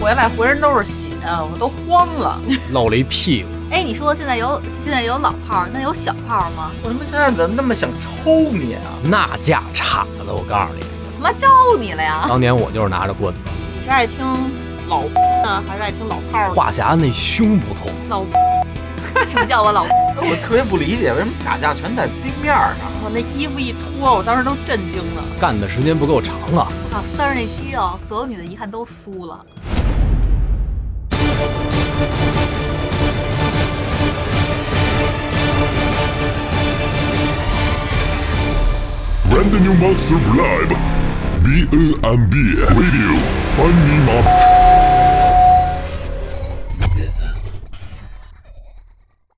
回来，浑身都是血，我都慌了。落了一屁股。 哎，你说现在有现在有老炮儿，那有小炮儿吗？我他妈现在怎么那么想抽你啊？那架差的，我告诉你，我他妈招你了呀！当年我就是拿着棍子。你是爱听老呢，还是爱听老炮儿呢？话匣那胸不痛，老，请叫我老。我特别不理解，为什么打架全在对面上？ 我那衣服一脱，我当时都震惊了。干的时间不够长啊。啊，丝儿那肌肉，所有女的一看都酥了。 Brand new monster live. BLMB Radio. Anima.